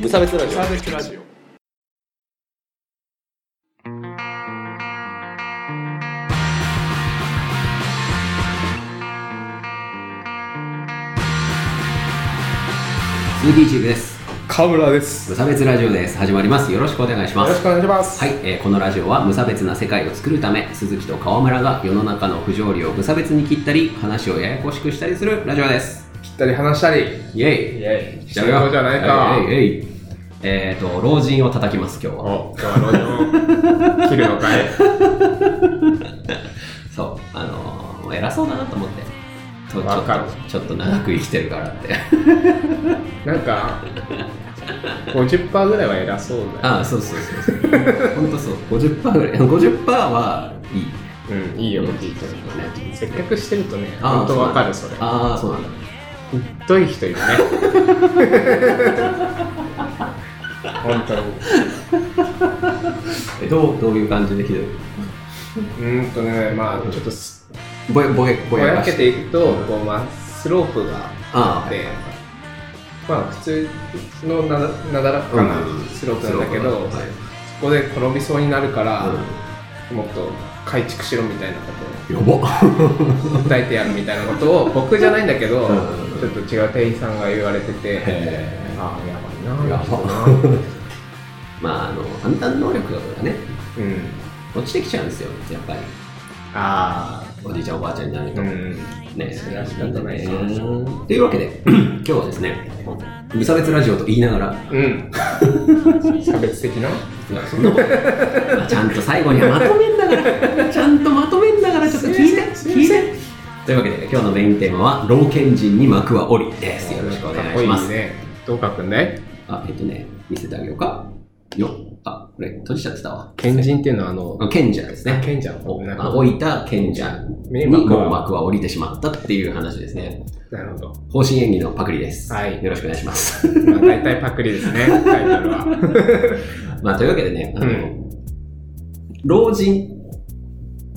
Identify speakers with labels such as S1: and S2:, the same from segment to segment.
S1: 無差別ラジオ
S2: サーベスラジオ
S3: スービーチーブです。
S2: 川村です
S3: 無差別ラジオです。始まります。よろしくお願いし
S2: よ
S3: ま
S2: ろし
S3: す。
S2: くお願いします
S3: はい、えーこのラジオは無差別な世界を作るため、鈴木と川村が世の中の不条理を無差別に切ったり、話をややこしくしたりするラジオです。
S2: 切ったり話したり
S3: イェイ
S2: エイ
S3: し
S2: しちゃうよじゃないか
S3: えいえいえいえーと、老人を叩きます、今日は。
S2: お今日はロジオ切るのかい
S3: そう、あのー偉そうだなと思って。とちょ
S2: わ
S3: っ
S2: かる
S3: とちょっと長く生きてるか らって。
S2: なんか50%ぐらいは偉そうだよ
S3: ああ、そうそうそうそう。本当そう。50%ぐらい。50%はいい。
S2: うんいいよ聞いてる接客してるとね本当わかるそれ
S3: ああ、そうなんだ。
S2: うっとい人いるね本当に
S3: えどうどういう感じでひどいう
S2: ーんとねまあちょっとす
S3: ぼやぼや
S2: ぼ
S3: ぼ
S2: や
S3: や
S2: けていくとこう、まあ、スロープが
S3: ああ
S2: で、まあ、普通のなだなだらかな
S3: うん
S2: スロープなんだけ
S3: ス
S2: ど、
S3: ロープ
S2: そ
S3: はい
S2: こで転びそうになるから、
S3: あ
S2: もっと改築しろみたいなこ
S3: やば
S2: とを訴えてやるみたいなことを 僕じゃないんだけど、
S3: うん
S2: ちょっと違う店員さんが言われてて、
S3: へ
S2: ああやばい
S3: え
S2: な
S3: や
S2: あ
S3: ばまああの判断能力とかがね
S2: うん
S3: 落ちてきちゃうんですよやっぱり
S2: あ
S3: おじいちゃんおばあちゃんになる
S2: あう
S3: と、
S2: ん
S3: ね
S2: それは仕
S3: な
S2: 方
S3: んで
S2: ない
S3: ね
S2: な
S3: というわけで 今日はですね無差別ラジオと言いながら
S2: うん 差別的ない
S3: やそん なことないまあちゃんと最後にはまとめんだからちゃんとまとめんだからちょっと聞いて
S2: すいません
S3: 聞いてというわけで今日のメインテーマは「老健人に幕は下り」ですよろしくお願いしま
S2: かっこ
S3: す
S2: ねどう書くんだい
S3: あ、えっとね、見せてあげようか。よあ、これ、閉じちゃってたわ。
S2: 賢人っていうのはあの
S3: あ賢者ですね。
S2: 賢者
S3: お
S2: なる
S3: あ
S2: ほ
S3: 老
S2: ど
S3: いた賢者に
S2: ね
S3: もう
S2: 幕は
S3: 幕は降りてしまったっていう話ですね。
S2: なるほど
S3: 方針演技のパクリです。
S2: はい
S3: よろしくお願いします。
S2: まあ、大体パクリですね、タイトルは。
S3: まあ、というわけでね、あの、
S2: うん
S3: 老人、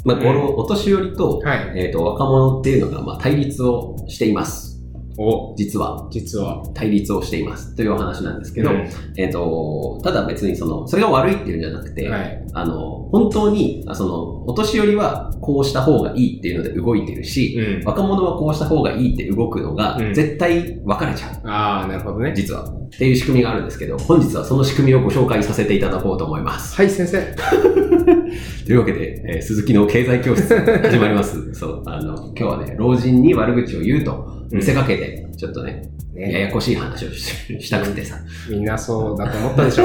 S3: まあ、
S2: うん
S3: このお年寄りと、
S2: はい
S3: えっ、と、若者っていうのが、まあ、対立をしています。
S2: お
S3: 実は、
S2: 実は。
S3: 対立をしています。というお話なんですけど、
S2: うん
S3: えっ、と、ただ別にその、それが悪いっていうんじゃなくて、
S2: はい。
S3: あの、本当に、あその、お年寄りはこうした方がいいっていうので動いてるし、
S2: うん。
S3: 若者はこうした方がいいって動くのが、
S2: うん
S3: 絶対分かれちゃう。
S2: ああ、なるほどね。
S3: 実は。っていう仕組みがあるんですけど、本日はその仕組みをご紹介させていただこうと思います。
S2: はい、先生。
S3: というわけで、えー鈴木の経済教室始まり ます。そう、あの、今日はね、老人に悪口を言うと見せかけて、ちょっとね、や
S2: ね、
S3: やこしい話をししたくてさ。
S2: みんなそうだと思った でしょ。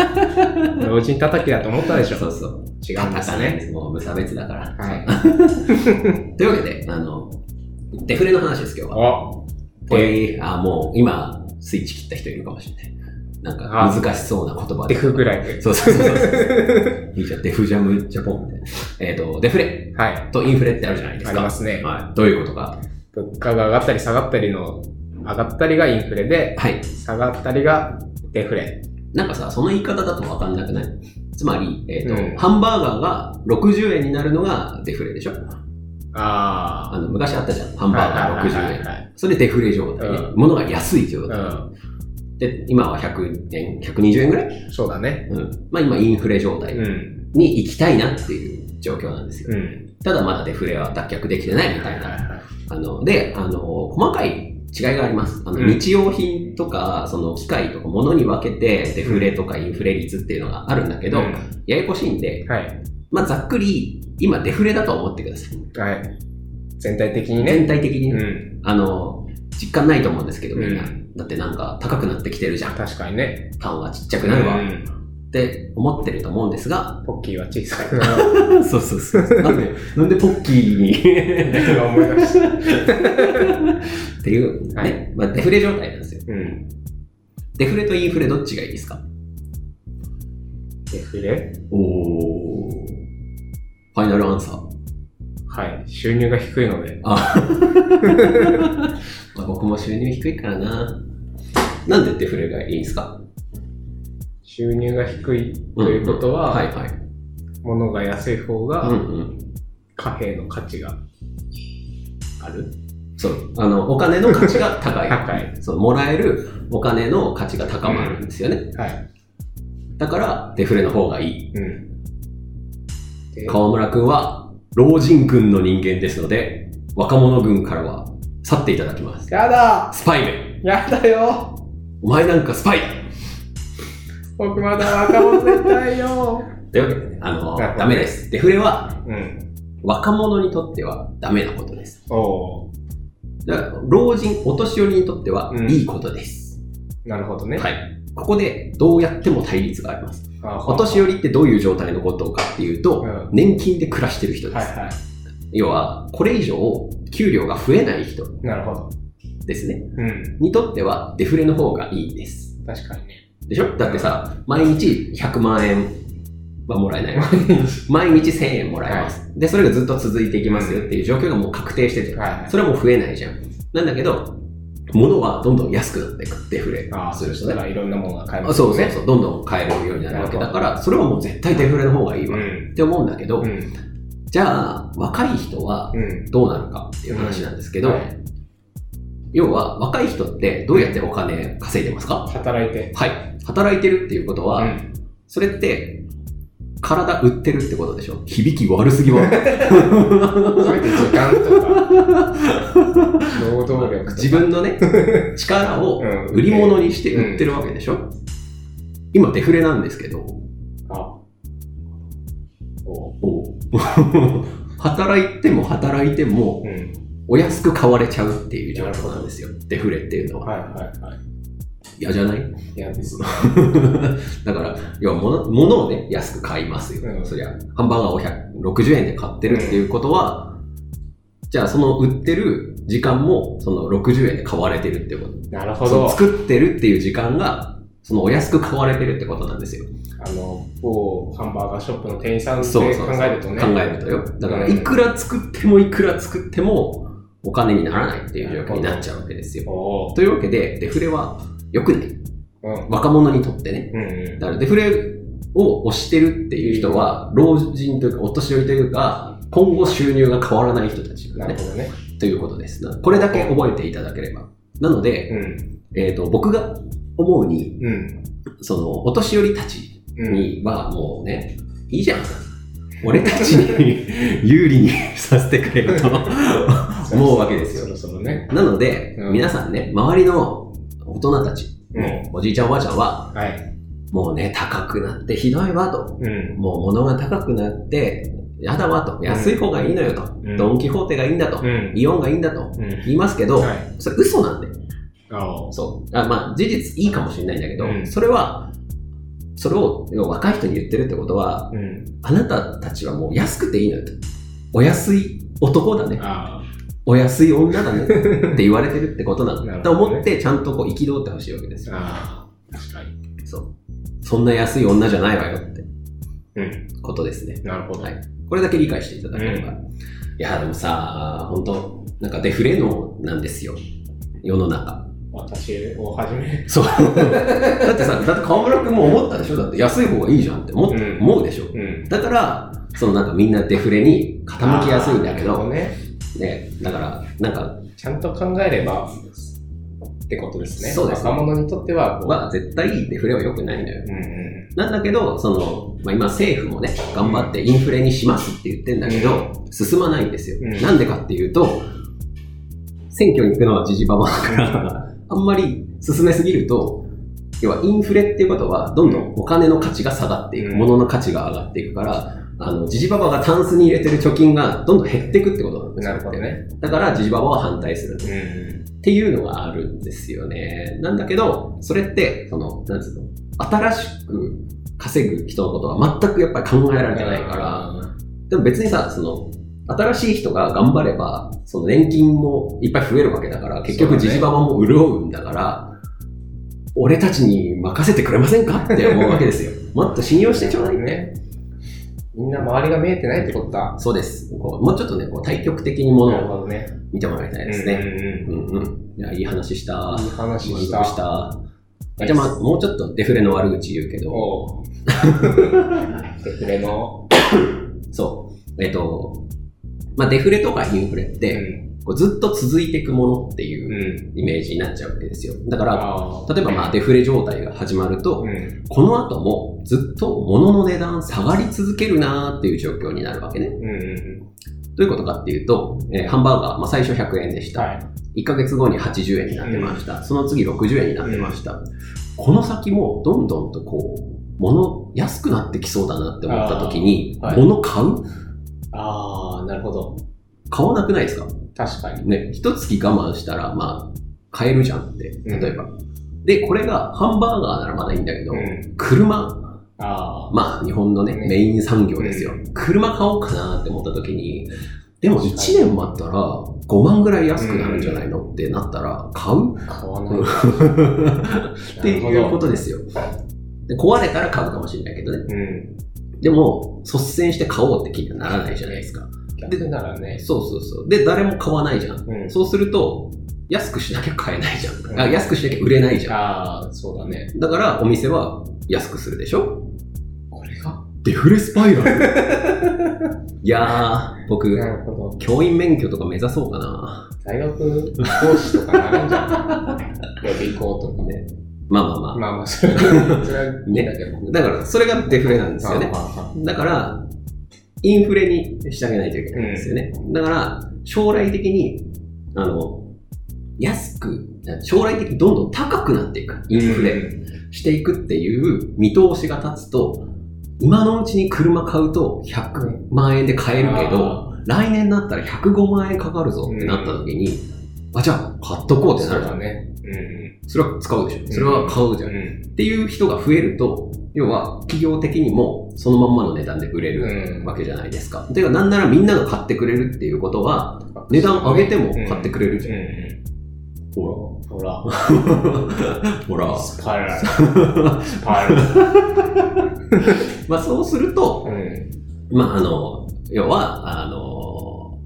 S2: 老人叩きだと思ったでしょ。
S3: そうそう。
S2: 違うんですね。。
S3: もう無差別だから。
S2: はい。
S3: というわけで、あの、デフレの話です、今日は。
S2: お
S3: えー、あーもう今スイッチ切った人いるかもしれないなんか
S2: あー
S3: 難しそうな言葉
S2: デ
S3: で
S2: フぐらいで。
S3: そうそうそうそういいじゃんデフジャムジャポンみたいなえっ、とデフレ
S2: はい。
S3: とインフレってあるじゃないです
S2: あ
S3: か
S2: りますね。
S3: はい、どういうことか
S2: 物価が上がったり下がったりの、上がったりがインフレで、
S3: はい
S2: 下がったりがデフレ。
S3: なんかさその言い方だと分かんなくないつまり、えーと
S2: うん
S3: ハンバーガーが60円になるのがデフレでしょあ
S2: あ
S3: の昔あったじゃんハ
S2: あ。
S3: ンバーガ
S2: は
S3: ー
S2: い
S3: 60
S2: はい
S3: 円
S2: はい
S3: それデフレ状態ね、
S2: うん
S3: 物が安い状態、
S2: は
S3: で今は100円120円ぐらい、
S2: い。うん。そうだね。
S3: うん、まあ今インフレ状態、
S2: うん。
S3: に行きたいなっていう状況なんですよ。
S2: うん。
S3: ただまだデフレは脱却できてないみたい
S2: は
S3: な。
S2: は
S3: あの、で、あの、細かい違いがあります。あの、
S2: うん
S3: 日用品とか、その機械とか物に分けて、デフレとかインフレ率っていうのがあるんだけど、
S2: うん
S3: ややこしいんで、
S2: はい。
S3: まあ、ざっくり、今デフレだと思ってください。
S2: はい。全体的にね。
S3: 全体的にね、
S2: うん。
S3: あの、実感ないと思うんですけど、みんな。
S2: う
S3: だってなんか高くなってきてるじゃん。
S2: 確かにね。
S3: パンはちっちゃくなるわ、
S2: う
S3: っ
S2: ん
S3: て思ってると思うんですが、
S2: ポッキーは小さくな る。
S3: そうそうそう。なんで、なんでポッキーに
S2: 僕が思い出した。
S3: っていう、ね
S2: はい
S3: まあ、デフレ状態なんですよ。
S2: うん。
S3: デフレとインフレどっちがいいですか
S2: デフレ
S3: おファイナルアンサー。
S2: はい。収入が低いので。
S3: まあ、僕も収入低いからな。なんでデフレがいいんですか
S2: 収入が低いということは、
S3: はいはい。
S2: 物が安い方
S3: う
S2: が
S3: んうん。
S2: 貨幣の価値がある。
S3: そう、あの、お金の価値が 高い。
S2: 高い。
S3: そう、もらえるお金の価値が高まるんですよね。
S2: はい。
S3: だから、デフレの方がいい。
S2: うん。で
S3: 川村くんは、老人軍の人間ですので、若者軍からは去っていただきます。
S2: やだ
S3: スパイめ
S2: やだよ
S3: お前なんかスパイだ
S2: 僕まだ若者絶対よ
S3: というわけでね、あの
S2: なるほ、ど
S3: ダメです。デフレは、
S2: うん。
S3: 若者にとってはダメなことです。
S2: おお
S3: だから、老人、お年寄りにとっては
S2: うん
S3: いいことです。
S2: なるほどね。
S3: はい。ここで、どうやっても対立があります。
S2: あ
S3: お年寄りってどういう状態のことかっていうと、
S2: うん
S3: 年金で暮らしてる人です。
S2: はいは
S3: 要は、これ以上、給料が増えない人
S2: い。なるほど。
S3: ですね。
S2: うん。
S3: にとっては、デフレの方がいいんです。
S2: 確かに ね。
S3: でしょだってさ、毎日100万円はもらえな いわ。毎日1000円もらえます、で、それがずっと続いていきますよっていう状況がもう確定してて、
S2: はいはい。
S3: それはもう増えないじゃん。なんだけど、物はどんどん安くなっていく。デフレ
S2: ああ、
S3: す
S2: そう
S3: る
S2: し
S3: と
S2: た
S3: ね。
S2: らいろんなものが買え
S3: あ
S2: ます
S3: そうそう
S2: う。
S3: そう。どんどん買えるようになるわけだから、それはもう絶対デフレの方がいいわ。
S2: う
S3: っ
S2: ん。
S3: て思うんだけど、
S2: うん。
S3: じゃあ、若い人は
S2: うん。
S3: どうなのかっていう話なんですけど、
S2: はい
S3: 要は若い人ってどうやってお金稼いでますか
S2: 働いて。
S3: はい。働いてるっていうことは、
S2: ん。
S3: それって、体売ってるってことでしょ響き悪すぎは。
S2: それって時間とか、労働力とか。
S3: 自分 のね、力を
S2: うん
S3: 売り物にして売ってるわけでしょ今デフレなんですけど、
S2: あ。おう
S3: お働いても働いても
S2: うん。
S3: お安く買われちゃうっていう状況なんですよ。デフレっていうのは。
S2: はいはいは
S3: 嫌じゃない
S2: い。いやですね。
S3: だから、要は物物をね、安く買いますよ。
S2: うん
S3: そりゃ、ハンバーガーを160円で買ってるっていうことは、じゃあその売ってる時間もその60円で買われてるってこと。
S2: なるほ
S3: その
S2: ど。
S3: 作ってるっていう時間が、そのお安く買われてるってことなんですよ。
S2: あの、某ハンバーガーショップの店員さんって考
S3: そうそうそう
S2: えるとね。
S3: 考えるとよ。だから、
S2: うん
S3: いくら作ってもいくら作ってもお金にならないっていう状況になっちゃうわけですよ。
S2: おお。
S3: というわけで、デフレは良くない。
S2: うん。
S3: 若者にとってね。
S2: うんうん。
S3: だからデフレを推してるっていう人は、老人というかお年寄りというか、今後収入が変わらない人たち
S2: な
S3: だ
S2: る
S3: ね
S2: ほ。どね。
S3: ということです。これだけ覚えていただければ。なので、
S2: うん。
S3: えー、と僕が思うに
S2: うん。
S3: そのお年寄りたち
S2: うん。
S3: にはもうね、いいじゃん俺たちに 有利にさせてくれると思うわけです
S2: そ
S3: よ
S2: ろそろね。
S3: なので、
S2: うん
S3: 皆さんね周りの大人たち、
S2: うん
S3: おじいちゃんおばあちゃんは
S2: はい。
S3: もうね高くなってひどいわと
S2: うん。
S3: もう物が高くなってやだわと安い方がいいのよと、
S2: うん
S3: ドン・キホーテがいいんだと、
S2: うん。
S3: イオンがいいんだと
S2: うん。
S3: 言いますけど、
S2: はい。
S3: それ嘘なんで
S2: あお。
S3: そう。あまあ、事実いいかもしれないんだけど、
S2: うん
S3: それは、それを要は若い人に言ってるってことは、
S2: うん。
S3: あなたたちはもう安くていいのよと。お安い男だね。
S2: あ
S3: お安い 女だね。って言われてるってことなん
S2: な
S3: だ。
S2: る
S3: と
S2: ほどね
S3: 思って、ちゃんとこう、憤ってほしいわけです
S2: あ。
S3: よ。
S2: ああ。確かに。
S3: そう。そんな安い女じゃないわよって
S2: うん。
S3: ことですね。
S2: なるほど。
S3: はいこれだけ理解していただければ。いや、でもさ、本当なんかデフレのなんですよ。世の中。
S2: 私をはじめ。
S3: そう。 だってさ、だって川村君も思ったでしょだって安い方がいいじゃんって思って、
S2: うん
S3: 思うでしょ
S2: うん。
S3: だから、そのなんかみんなデフレに傾きやすいんだけ
S2: あーなるほ
S3: ど、
S2: ね。
S3: ね、だから、なんか、
S2: ちゃんと考えれば、ってことですね。
S3: そうですね
S2: 若者にとっては、こう
S3: まあ絶対デフレは良くないのよ。
S2: うんう
S3: なんだけど、その、まあ今政府もね、頑張ってインフレにしますって言ってんだけど、進まないんですよ。
S2: うん
S3: なんでかっていうと、選挙に行くのはじじばばだから、あんまり進めすぎると、要はインフレっていうことは、どんどんお金の価値が下がっていく、
S2: うん
S3: 物の価値が上がっていくから、あの、じじばばがタンスに入れてる貯金がどんどん減っていくってことなん
S2: ん。
S3: です
S2: な
S3: よ
S2: るほどね。
S3: だから、じじばばは反対する。
S2: うん
S3: っていうのがあるんですよね。なんだけど、それって、その、なんつうの、新しく稼ぐ人のことは全くやっぱり考え
S2: う
S3: られ
S2: ん。
S3: てないから、でも別にさ、その、新しい人が頑張れば、その年金もいっぱい増えるわけだから、結
S2: そう
S3: 局
S2: だね
S3: ジジババも潤うんだから、俺たちに任せてくれませんかって思うわけ ですよ。もっと信用してちょうだいって。
S2: ね。みんな周りが見えてないってことだ。
S3: そうです。こうもうちょっとね、こう対極的にも
S2: なる
S3: のを
S2: ほどね。
S3: 見てもらいたいですね。
S2: ね。
S3: うんうん。いや、いい話した。
S2: いい話
S3: 満足
S2: した。
S3: した。じゃあまあ、もうちょっとデフレの悪口言うけど、
S2: おう デフレの。
S3: そう。えっと、まあデフレとかインフレって、
S2: うん。
S3: こうずっと続いていくものっていううんイメージになっちゃうわけですよ。だから、
S2: あ
S3: 例えばまあデフレ状態が始まると、
S2: うん。
S3: この後もずっと物の値段下がり続けるなーっていう状況になるわけね。
S2: うんう
S3: どういうことかっていうと、えーハンバーガー、まあ、最初100円でし
S2: ん。
S3: た。
S2: はい。
S3: 1ヶ月後に80円になってました、その次60円になってました、この先もどんどんとこう物安くなってきそうだなって思った時に、
S2: あーはい
S3: 物買う
S2: ああ、なるほど。
S3: 買わなくないですか
S2: 確かに。
S3: ね一月我慢したらまあ買えるじゃんって例えば、でこれがハンバーガーならまだいいんだけど、
S2: ん。
S3: 車
S2: ああ。
S3: まあ日本のね
S2: ね
S3: メイン産業ですよ、
S2: う
S3: 車買おうかなって思った時にでも1年待ったら5万ぐらい安くなるんじゃないの、ってなったら買う
S2: 買わ ない。
S3: っていうことですよ。で壊れたら買うかもしれないけどね。
S2: うん。
S3: でも、率先して買おうって気にはならないじゃないですか。
S2: 逆ならね。
S3: そうそうそう。で、誰も買わないじゃん。
S2: うん。
S3: そうすると、安くしなきゃ買えないじゃ。
S2: うんん
S3: あ安くしなきゃ売れないじゃ
S2: ああ、そうだね。
S3: ん。だから、お店は安くするでしょ
S2: これが
S3: デフレスパイラル いやー、僕、
S2: なるほど。
S3: 教員免許とか目指そうかな。
S2: 大学講師とかなるんじゃない予備校とかね。
S3: まあまあまあ。
S2: まあまあ、それ は、それはいいんだけど。
S3: だから、それがデフレなんですよね。
S2: まあまあまあ
S3: だから、インフレにしてあげないといけないんですよね。だから、将来的に、あの、安く、将来的にどんどん高くなっていく、インフレ
S2: うん
S3: していくっていう見通しが立つと、今のうちに車買うと100万円で買えるけど、来年になったら105万円かかるぞってなった時に、あ、じゃあ買っとこうってな
S2: そう
S3: るじゃ
S2: だ
S3: ん。
S2: ね。うん。
S3: それは使うでしょ。それは買うじゃん。
S2: うん。
S3: っていう人が増えると、要は企業的にもそのまんまの値段で売れる
S2: うん
S3: わけじゃないですか。てか、なんならみんなが買ってくれるっていうことは、値段上げても買ってくれるじゃん。
S2: うん。
S3: ほ
S2: ほら。
S3: ら。ほら。
S2: スパイラル。スパイラル。
S3: まあそうすると、
S2: うん。
S3: まああの、要は、あの、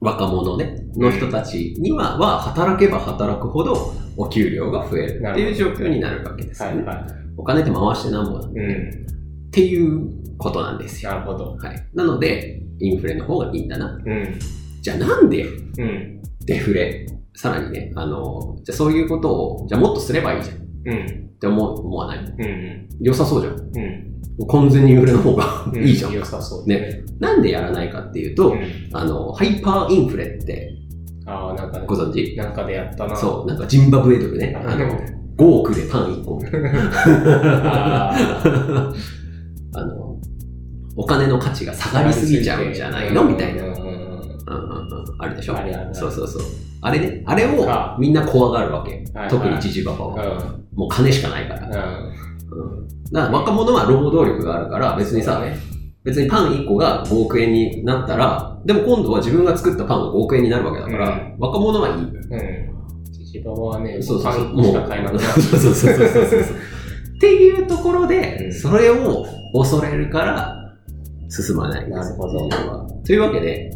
S3: 若者ね、の人たちには、は働けば働くほどお給料が増えるっていう状況になるわけですよ
S2: は
S3: ね。
S2: いは
S3: お金って回してなんぼだっ
S2: い。うん。
S3: ていうことなんですよ。
S2: なるほど。
S3: はい。なので、インフレの方がいいんだな。
S2: うん。
S3: じゃあなんで
S2: うん。
S3: デフレ、さらにね、あの、じゃあそういうことを、じゃあもっとすればいいじゃんっ
S2: うん。
S3: て思う思わない
S2: うん。
S3: 良さそうじゃん。
S2: うん。
S3: もう完全にインフレの方が
S2: う
S3: いいじゃん。
S2: 良さそう。
S3: ね。なんでやらないかっていうと、
S2: うん。
S3: あの、ハイパーインフレって
S2: ああ、なんかね
S3: ご存知
S2: なんかでやったな。
S3: そう、なんかジンバブエドルね。あ
S2: あ
S3: の、5億で単位1個。
S2: あ
S3: あの、お金の価値が下がりすぎちゃうんじゃないのみたいな。
S2: う
S3: うんん
S2: うんうん
S3: うんうん。あるでしょ
S2: あれあれ
S3: そうそうそう。あれね、あれを
S2: あ
S3: みんな怖がるわけ。
S2: はい
S3: 特にジジババ
S2: う
S3: は。
S2: ん。
S3: もう金しかないから。
S2: うん。
S3: だから若者は労働力があるから別にさ、別にパン1個が5億円になったら、でも今度は自分が作ったパンが5億円になるわけだから、若者はいい。
S2: うん。ジジババはね、
S3: そうそうそう。
S2: パンしか買えなくなっ
S3: そうそうそうそうそうそう。っていうところ
S2: う
S3: で、
S2: ん
S3: それを恐れるから進まないんです。
S2: なるほど
S3: というわけで、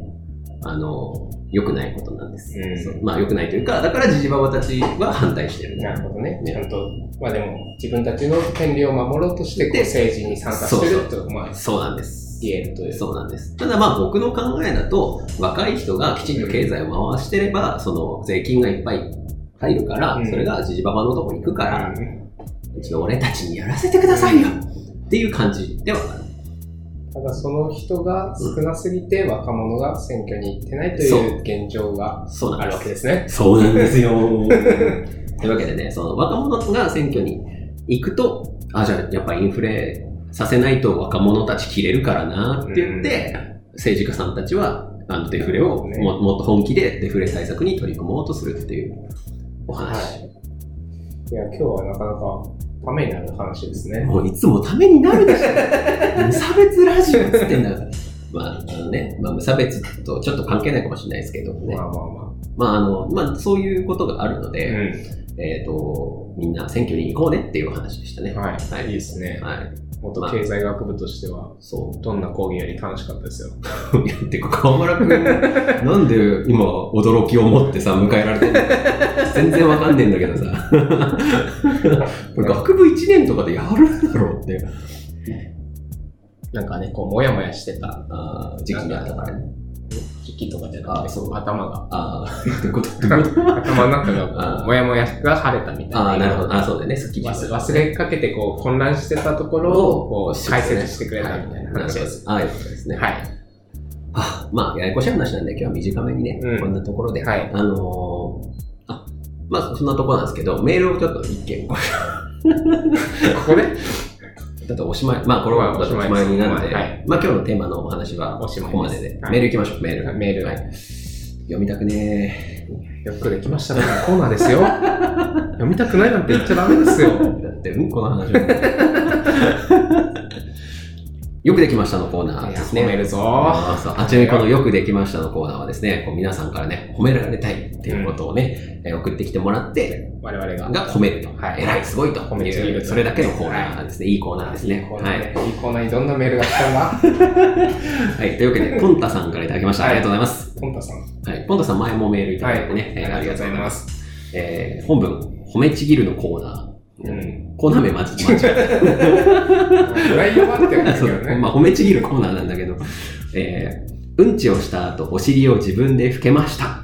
S3: あの、良くないことなんです。
S2: うん
S3: そうまあ良くないというか、だからジジババたちは反対してる。
S2: なるほどね。
S3: ね
S2: ちゃんと、まあでも、自分たちの権利を守ろうとして、こう
S3: で
S2: 政治に参加してる
S3: そ
S2: と、まあ、
S3: そうなんです。
S2: 言えるという。
S3: そうなんです。ただまあ僕の考えだと、若い人がきちんと経済を回してれば、その税金がいっぱい入るから、
S2: うん
S3: それがジジババのとこに行くから、
S2: うん
S3: うちの俺たちにやらせてくださいよっていう感じではある。
S2: ただ、その人が少なすぎて、若者が選挙に行ってないという現状が
S3: そう
S2: あ
S3: なん
S2: るわ
S3: で
S2: け
S3: す。
S2: ですね。
S3: そうなんですよ。 というわけでね、その若者が選挙に行くと、あ、じゃあやっぱインフレさせないと若者たち切れるからなって言って、政治家さんたちはあのデフレをも,、
S2: ね
S3: もっと本気でデフレ対策に取り組もうとするっていうお
S2: は
S3: 話。
S2: い。いや、今日はなかなかためになる話ですね。
S3: もういつもためになるでしょ。 無差別ラジオっつってんだから。まあ、あのね、まあ、無差別とちょっと関係ないかもしれないですけどね
S2: ま。あまあま
S3: まあ、あの、まあ、そういうことがあるの
S2: あ。
S3: で、
S2: う
S3: えっ、と、みんな選挙に行こうねっていうお話でしたね。
S2: ん。はい。
S3: はい
S2: いいですね。
S3: はい。
S2: 元経済学部としては、
S3: そ
S2: どんな講義より楽しかったですよ。
S3: う。いや、てか、河村くん、なんで今、驚きを持ってさ、迎えられてんの全然わかんねえんだけどさ。これ、学部1年とかでやるだろうって、
S2: なんかね、こう、もやもやしてた
S3: あー時期があったからね。
S1: 機器とかじゃなく
S3: あ
S1: て、
S3: そう
S1: 頭が。
S3: ああ、どういうことどういうこと
S1: 頭の中が
S3: あ
S1: こう、
S3: ー
S1: もやもやが晴れたみたいな。
S3: ああ、なるほど。あそうだよね。すっきり
S1: 忘忘れかけてこう混乱してたところをこう解説してくれたみたいな話
S3: で
S1: です。
S3: す。はいなるほどああ、よかったですね。
S1: はい。
S3: あまあ、ややこしい話なんで、今日は短めにね、
S2: うん
S3: こんなところで、
S2: はい
S3: あのーあ、まあ、そんなところなんですけど、メールをちょっと一件、こ
S1: ここで
S3: れだとおしまい、まあ、これはだとおしまいにな
S1: まあお
S3: るんで、
S1: しまいです
S3: まあ、今日のテーマのお話は、こ
S1: おしまいです
S3: こまでで、
S1: はい
S3: メール行きましょう、メール。
S1: メール
S3: はい読みたくね
S1: よくできましたね。コーナーですよ。読みたくないなんて言っちゃダメですよ。
S3: ー。だって、うんこの話も よくできましたのコーナーですね。
S1: いや褒めるぞ
S3: あそうあちなみにこのよくできましたのコーナーはですね、こう皆さんからね、褒められたいっていうことをね、えー送ってきてもらって、
S1: 我々が。
S3: が褒めると。
S1: はい
S3: 偉い、すごいと。
S1: 褒めちぎる
S3: それだけのコーナーですね。いいコーナーですね。
S2: コーナ
S3: は
S2: ー
S3: い。
S2: ねいいコーナーにどんなメールが来たんだ
S3: はい。というわけで、ポンタさんからいただきました。あ
S2: はい
S3: りがとうございます。
S2: ポンタさん。
S3: はい。ポンタさん前もメールいただいてね。えー。
S2: ありがとうございますす。
S3: えー、本文、褒めちぎるのコーナ
S2: う
S3: ー。
S2: ん。
S3: コーナー名間違 えた。
S2: 内容は合ってるんです
S3: そ
S2: けど
S3: う。
S2: ね。
S3: まあ、褒めちぎるコーナーなんだけど、えー、うんちをした後、お尻を自分で拭けました。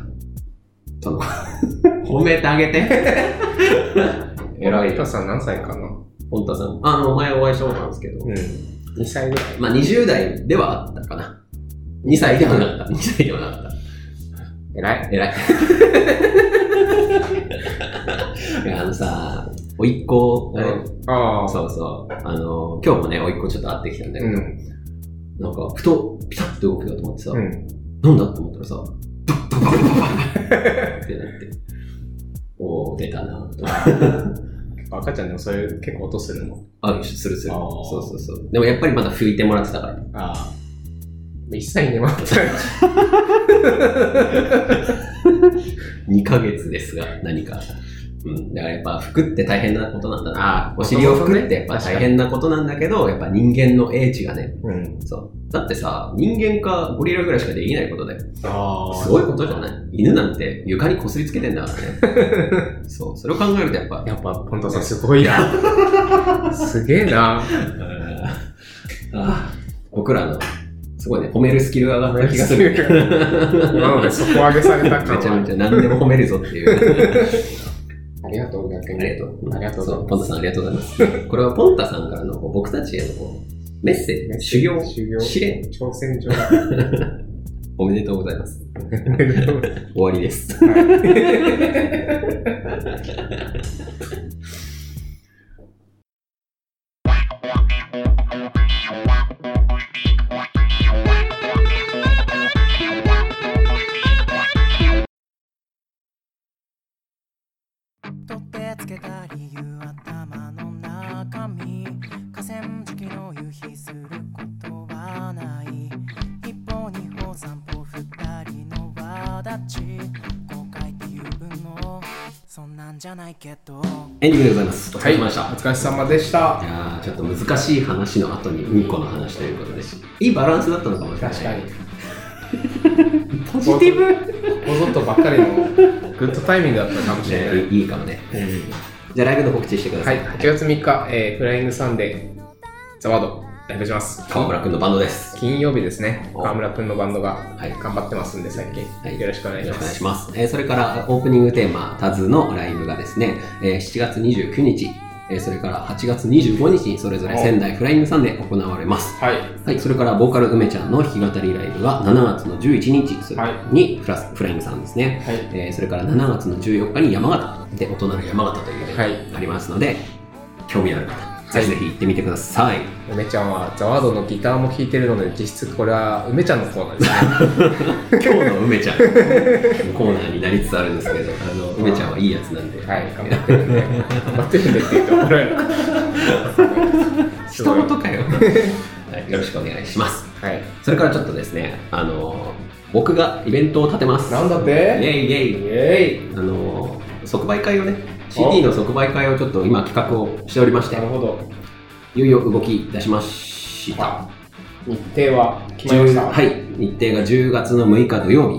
S3: その、 褒めてあげて。偉い
S1: ポンタさん何歳かな
S3: ポンタさん。あの、前お会いしたことなんですけど、
S2: うん。2歳ぐらい。
S3: まあ、20代ではあったかな。2歳ではなかった。2歳ではなかった。
S1: 偉い。
S3: 偉い。いや、あのさ、おいっ子、あれ、
S1: ああ。
S3: そうそう。あの、今日もね、おいっ子ちょっと会ってきたんだけど、
S1: うん。
S3: なんか、ふと、ピタッと動くよと思ってさ、
S1: うん。
S3: なんだと思ったらさ、ドッドッドッドッドッってなって、おー、出たなと。
S1: 赤ちゃんでもそういう結構音するの。
S3: あ、するする。
S1: あー
S3: そうそうそう。でもやっぱりまだ拭いてもらってたから。
S1: ああ。一切寝まった。
S3: 2ヶ月ですが、何か。うん、だからやっぱ服って大変なことなんだな。
S1: あー
S3: お尻を服ってやっぱ大変なことなんだけど、やっぱ人間の英知がね、
S1: うん。
S3: そう。だってさ、人間かゴリラぐらいしかできないことだよ。
S1: ああ。
S3: すごいことじゃない犬なんて床に擦りつけてんだから ね。そう、それを考えるとやっぱ、
S1: やっぱ、ポンタさんすごい な。すげえな。
S3: あー僕らの、すごいね、褒めるスキルが上がった気がする。
S1: なので、底上げされた
S3: めちゃ
S1: 感
S3: め
S1: は。
S3: ちゃ何でも褒めるぞっていう。
S2: ありがとう、逆
S3: あ
S2: に。
S3: りがとう。
S1: ありがとうござい
S3: そうポンタさんありがとうございます。これはポンタさんからのこう僕たちへのこうメッセージ、修行、
S2: 修行。
S3: 試練、
S2: 挑戦状だ。は
S3: おめでとうございます。終わりです。
S4: 取ってつけた理由頭の中身河川敷の夕日することはない一歩二歩三歩二人の輪立ち後悔っていうのそんなんじゃないけど
S3: エンディングでございます。お疲れ様でした。
S2: お疲れ様でした。
S3: いやーちょっと難しい話の後にうんこの話ということです。いいバランスだったのかもしれない。
S2: 確かに。
S3: ポジティブ、
S2: こぞっとばっかりの。
S1: グッドタイミングだったかもしれない。
S3: ね、いいかもね。じゃあライブの告知してくだ
S2: は
S3: さい。
S2: い、8月3日、えーフライングサンデー、ザワード、ライブします。
S3: 川村くんのバンドです。
S2: 金曜日ですね、
S3: お
S2: 河村くんのバンドが
S3: はい
S2: 頑張ってますんで、最近、
S3: はい
S2: よろしくお願いし
S3: よろ
S2: ま
S3: しくお願い
S2: す。
S3: します。えーそれから、オープニングテーマ、タズのライブがですね、えー7月29日、えーそれから8月25日にそれぞれ仙台フライングサンデー行われます。
S2: はい、
S3: はい、それから、ボーカル梅ちゃんの弾き語りライブは7月の11日それにフラス、フライングさんですね。
S2: はい、
S3: えーそれから7月の14日に山形で大人の山形というのが
S2: はい
S3: ありますので、興味のある方、ぜひぜひ行ってみてください。
S2: 梅ちゃんはザワードのギターも弾いてるので、実質これは梅ちゃんのコーナーですね。
S3: 今日の梅ちゃんコーナーになりつつあるんですけど、あの梅ちゃんはいいやつなんで、
S2: はい、頑張ってるんで、頑張ってるんでって言うと怒られる。
S3: 人事かよ、はい。よろしくお願いします。
S2: はい、
S3: それからちょっとですね、あの僕がイベントを立てます。
S2: なんだっ
S3: イェ
S2: て
S3: イイ
S2: イ
S3: ェイ
S2: ェ
S3: あの即売会をね、CD の即売会をちょっと今企画をしておりまし
S2: イ
S3: て
S2: なる、ほど。
S3: いよいよ動き出しました。
S2: 日程は決まりました。
S3: はい、日程が10月の6日土曜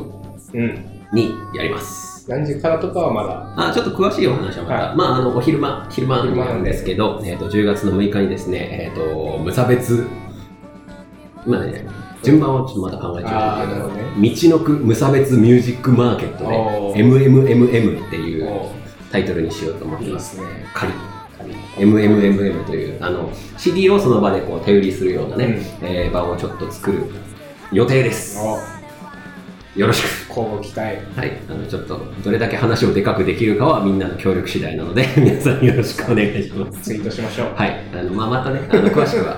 S3: 日
S2: うん。
S3: にやります。
S2: 何時からとかはまだ。
S3: あちょっと詳しいお話はまた、
S2: は
S3: まあ、あのお昼間、昼間
S2: 昼間
S3: なんですけど、えー、と10月の6日にですね、えー、と無差別、今ね、順番をちょっとまた考えて
S2: ああ、
S3: ゃ
S2: なるほどね。
S3: いけない道のく無差別ミュージックマーケットで
S2: おー
S3: MMMM っていう
S2: お
S3: タイトルにしようと思って
S2: ーいい
S3: ま
S2: ですすね。
S3: 仮 MMMM というあの CD をその場でこう手売りするようなね、えー場をちょっと作る予定です
S2: お
S3: よろしく
S2: 交互期待。
S3: はいあのちょっとどれだけ話をでかくできるかはみんなの協力次第なので 皆さんよろしくお願いします
S2: ツイートしましょう。
S3: はい、あのまあ、またね、 あの詳しくは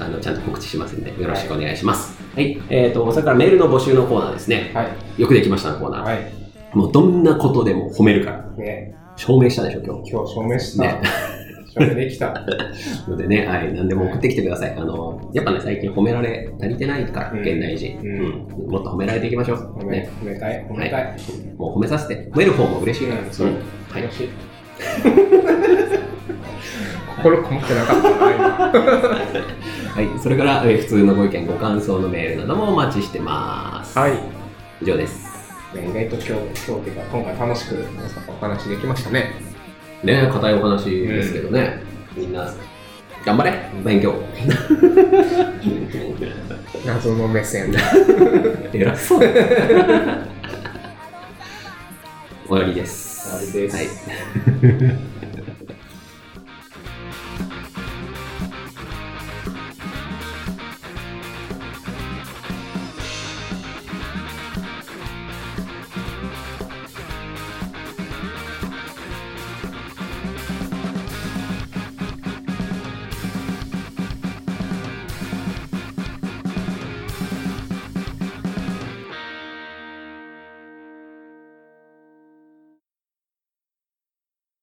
S3: あのちゃんと告知しますんで、よろしくお願いします。はい、えっ、と、それからメールの募集のコーナーですね。
S2: はい。
S3: よくできましたのコーナー。
S2: はい。
S3: もうどんなことでも褒めるから。
S2: ね、
S3: 証明したでしょ、今日。
S2: 今日証明した。
S3: ね
S2: 証明できた。
S3: のでね、はい、何でも送ってきてください。あの、やっぱね、最近褒められ足りてないから、
S2: うん
S3: 現代人、
S2: う
S3: うんもっと褒められていきましょう。
S2: 褒め、
S3: ね、
S2: 褒めたい、褒めたい。
S3: もう褒めさせて。褒める方も嬉しいから。
S2: うんそう
S3: はい
S2: 楽しい。心こもってなかったな、今。
S3: はい、それから、えー普通のご意見、ご感想のメールなどもお待ちしてます。
S2: はい。
S3: 以上です。
S2: いや意外と今日、今日というか、今回楽しくお話できましたね。
S3: ね硬いお話ですけどね、みんな頑張れ 勉強
S2: 謎の目線で。
S3: 偉 そう終わりです
S2: 終わりです
S3: はい